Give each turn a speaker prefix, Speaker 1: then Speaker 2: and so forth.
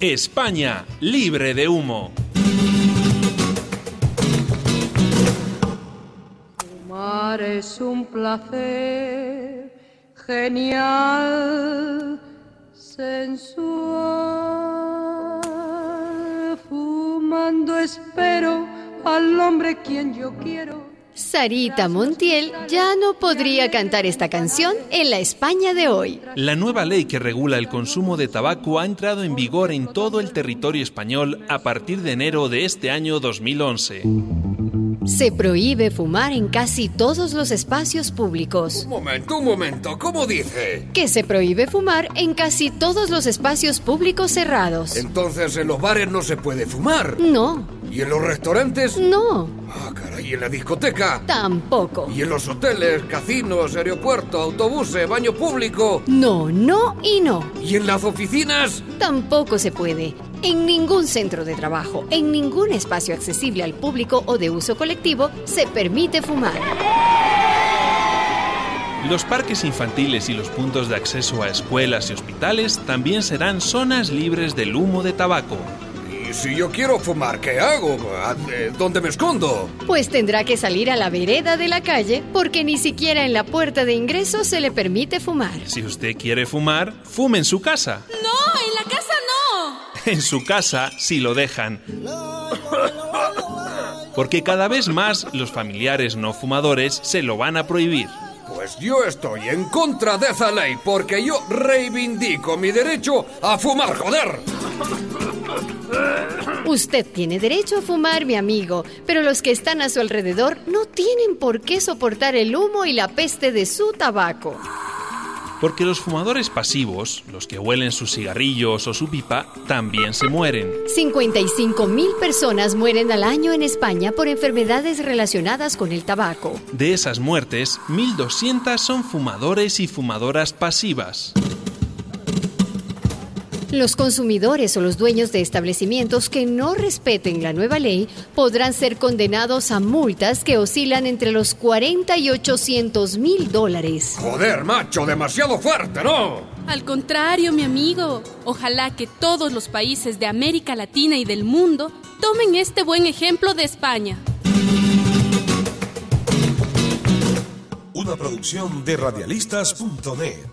Speaker 1: España libre de humo.
Speaker 2: Fumar es un placer genial, sensual. Fumando espero al hombre quien yo quiero.
Speaker 3: Sarita Montiel ya no podría cantar esta canción en la España de hoy.
Speaker 1: La nueva ley que regula el consumo de tabaco ha entrado en vigor en todo el territorio español a partir de enero de este año 2011.
Speaker 3: Se prohíbe fumar en casi todos los espacios públicos.
Speaker 4: Un momento, un momento, ¿cómo dice?
Speaker 3: Que se prohíbe fumar en casi todos los espacios públicos cerrados.
Speaker 4: Entonces en los bares no se puede fumar.
Speaker 3: No,
Speaker 4: ¿Y en los restaurantes?
Speaker 3: no,
Speaker 4: Ah, caray, ¿y en la discoteca?
Speaker 3: tampoco.
Speaker 4: ¿Y en los hoteles, casinos, aeropuerto, autobuses, baño público?
Speaker 3: No, no y no.
Speaker 4: ¿Y en las oficinas?
Speaker 3: Tampoco se puede. En ningún centro de trabajo, en ningún espacio accesible al público o de uso colectivo, se permite fumar.
Speaker 1: Los parques infantiles y los puntos de acceso a escuelas y hospitales también serán zonas libres del humo de tabaco.
Speaker 4: ¿Y si yo quiero fumar, qué hago? ¿A- eh, ¿Dónde me escondo?
Speaker 3: Pues tendrá que salir a la vereda de la calle porque ni siquiera en la puerta de ingreso se le permite fumar.
Speaker 1: Si usted quiere fumar, fume en su casa.
Speaker 5: No, en la casa no.
Speaker 1: En su casa, si lo dejan. Porque cada vez más los familiares no fumadores se lo van a prohibir.
Speaker 4: Pues yo estoy en contra de esa ley porque yo reivindico mi derecho a fumar, joder.
Speaker 3: Usted tiene derecho a fumar, mi amigo, pero los que están a su alrededor no tienen por qué soportar el humo y la peste de su tabaco.
Speaker 1: Porque los fumadores pasivos, los que huelen sus cigarrillos o su pipa, también se mueren.
Speaker 3: 55.000 personas mueren al año en España por enfermedades relacionadas con el tabaco.
Speaker 1: De esas muertes, 1.200 son fumadores y fumadoras pasivas.
Speaker 3: Los consumidores o los dueños de establecimientos que no respeten la nueva ley podrán ser condenados a multas que oscilan entre los 40 y 800 mil dólares.
Speaker 4: Joder, macho, demasiado fuerte, ¿no?
Speaker 5: Al contrario, mi amigo, ojalá que todos los países de América Latina y del mundo tomen este buen ejemplo de España.
Speaker 6: Una producción de radialistas.net.